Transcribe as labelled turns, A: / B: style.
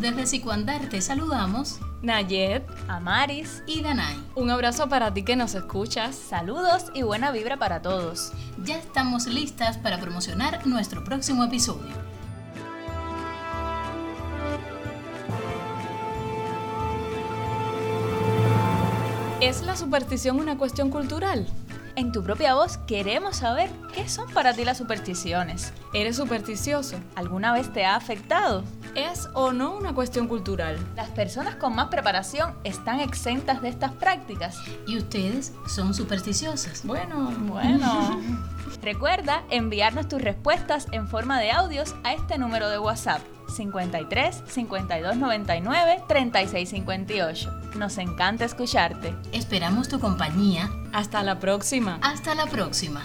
A: de Psicoandar te saludamos
B: Nayet, Amaris,
A: y Danai.
B: un abrazo para ti que nos escuchas.
C: Saludos y buena vibra para todos.
A: Ya estamos listas para promocionar nuestro próximo episodio.
B: ¿Es la superstición una cuestión cultural?
C: En tu propia voz queremos saber qué son para ti las supersticiones.
B: ¿Eres supersticioso?
C: ¿Alguna vez te ha afectado?
B: ¿Es o no una cuestión cultural?
C: Las personas con más preparación están exentas de estas prácticas.
A: ¿Y ustedes son supersticiosas?
B: Bueno,
C: Bueno. Recuerda enviarnos tus respuestas en forma de audios a este número de WhatsApp 53 52 99 36 58. Nos encanta escucharte.
A: Esperamos tu compañía.
B: Hasta la próxima.
A: Hasta la próxima.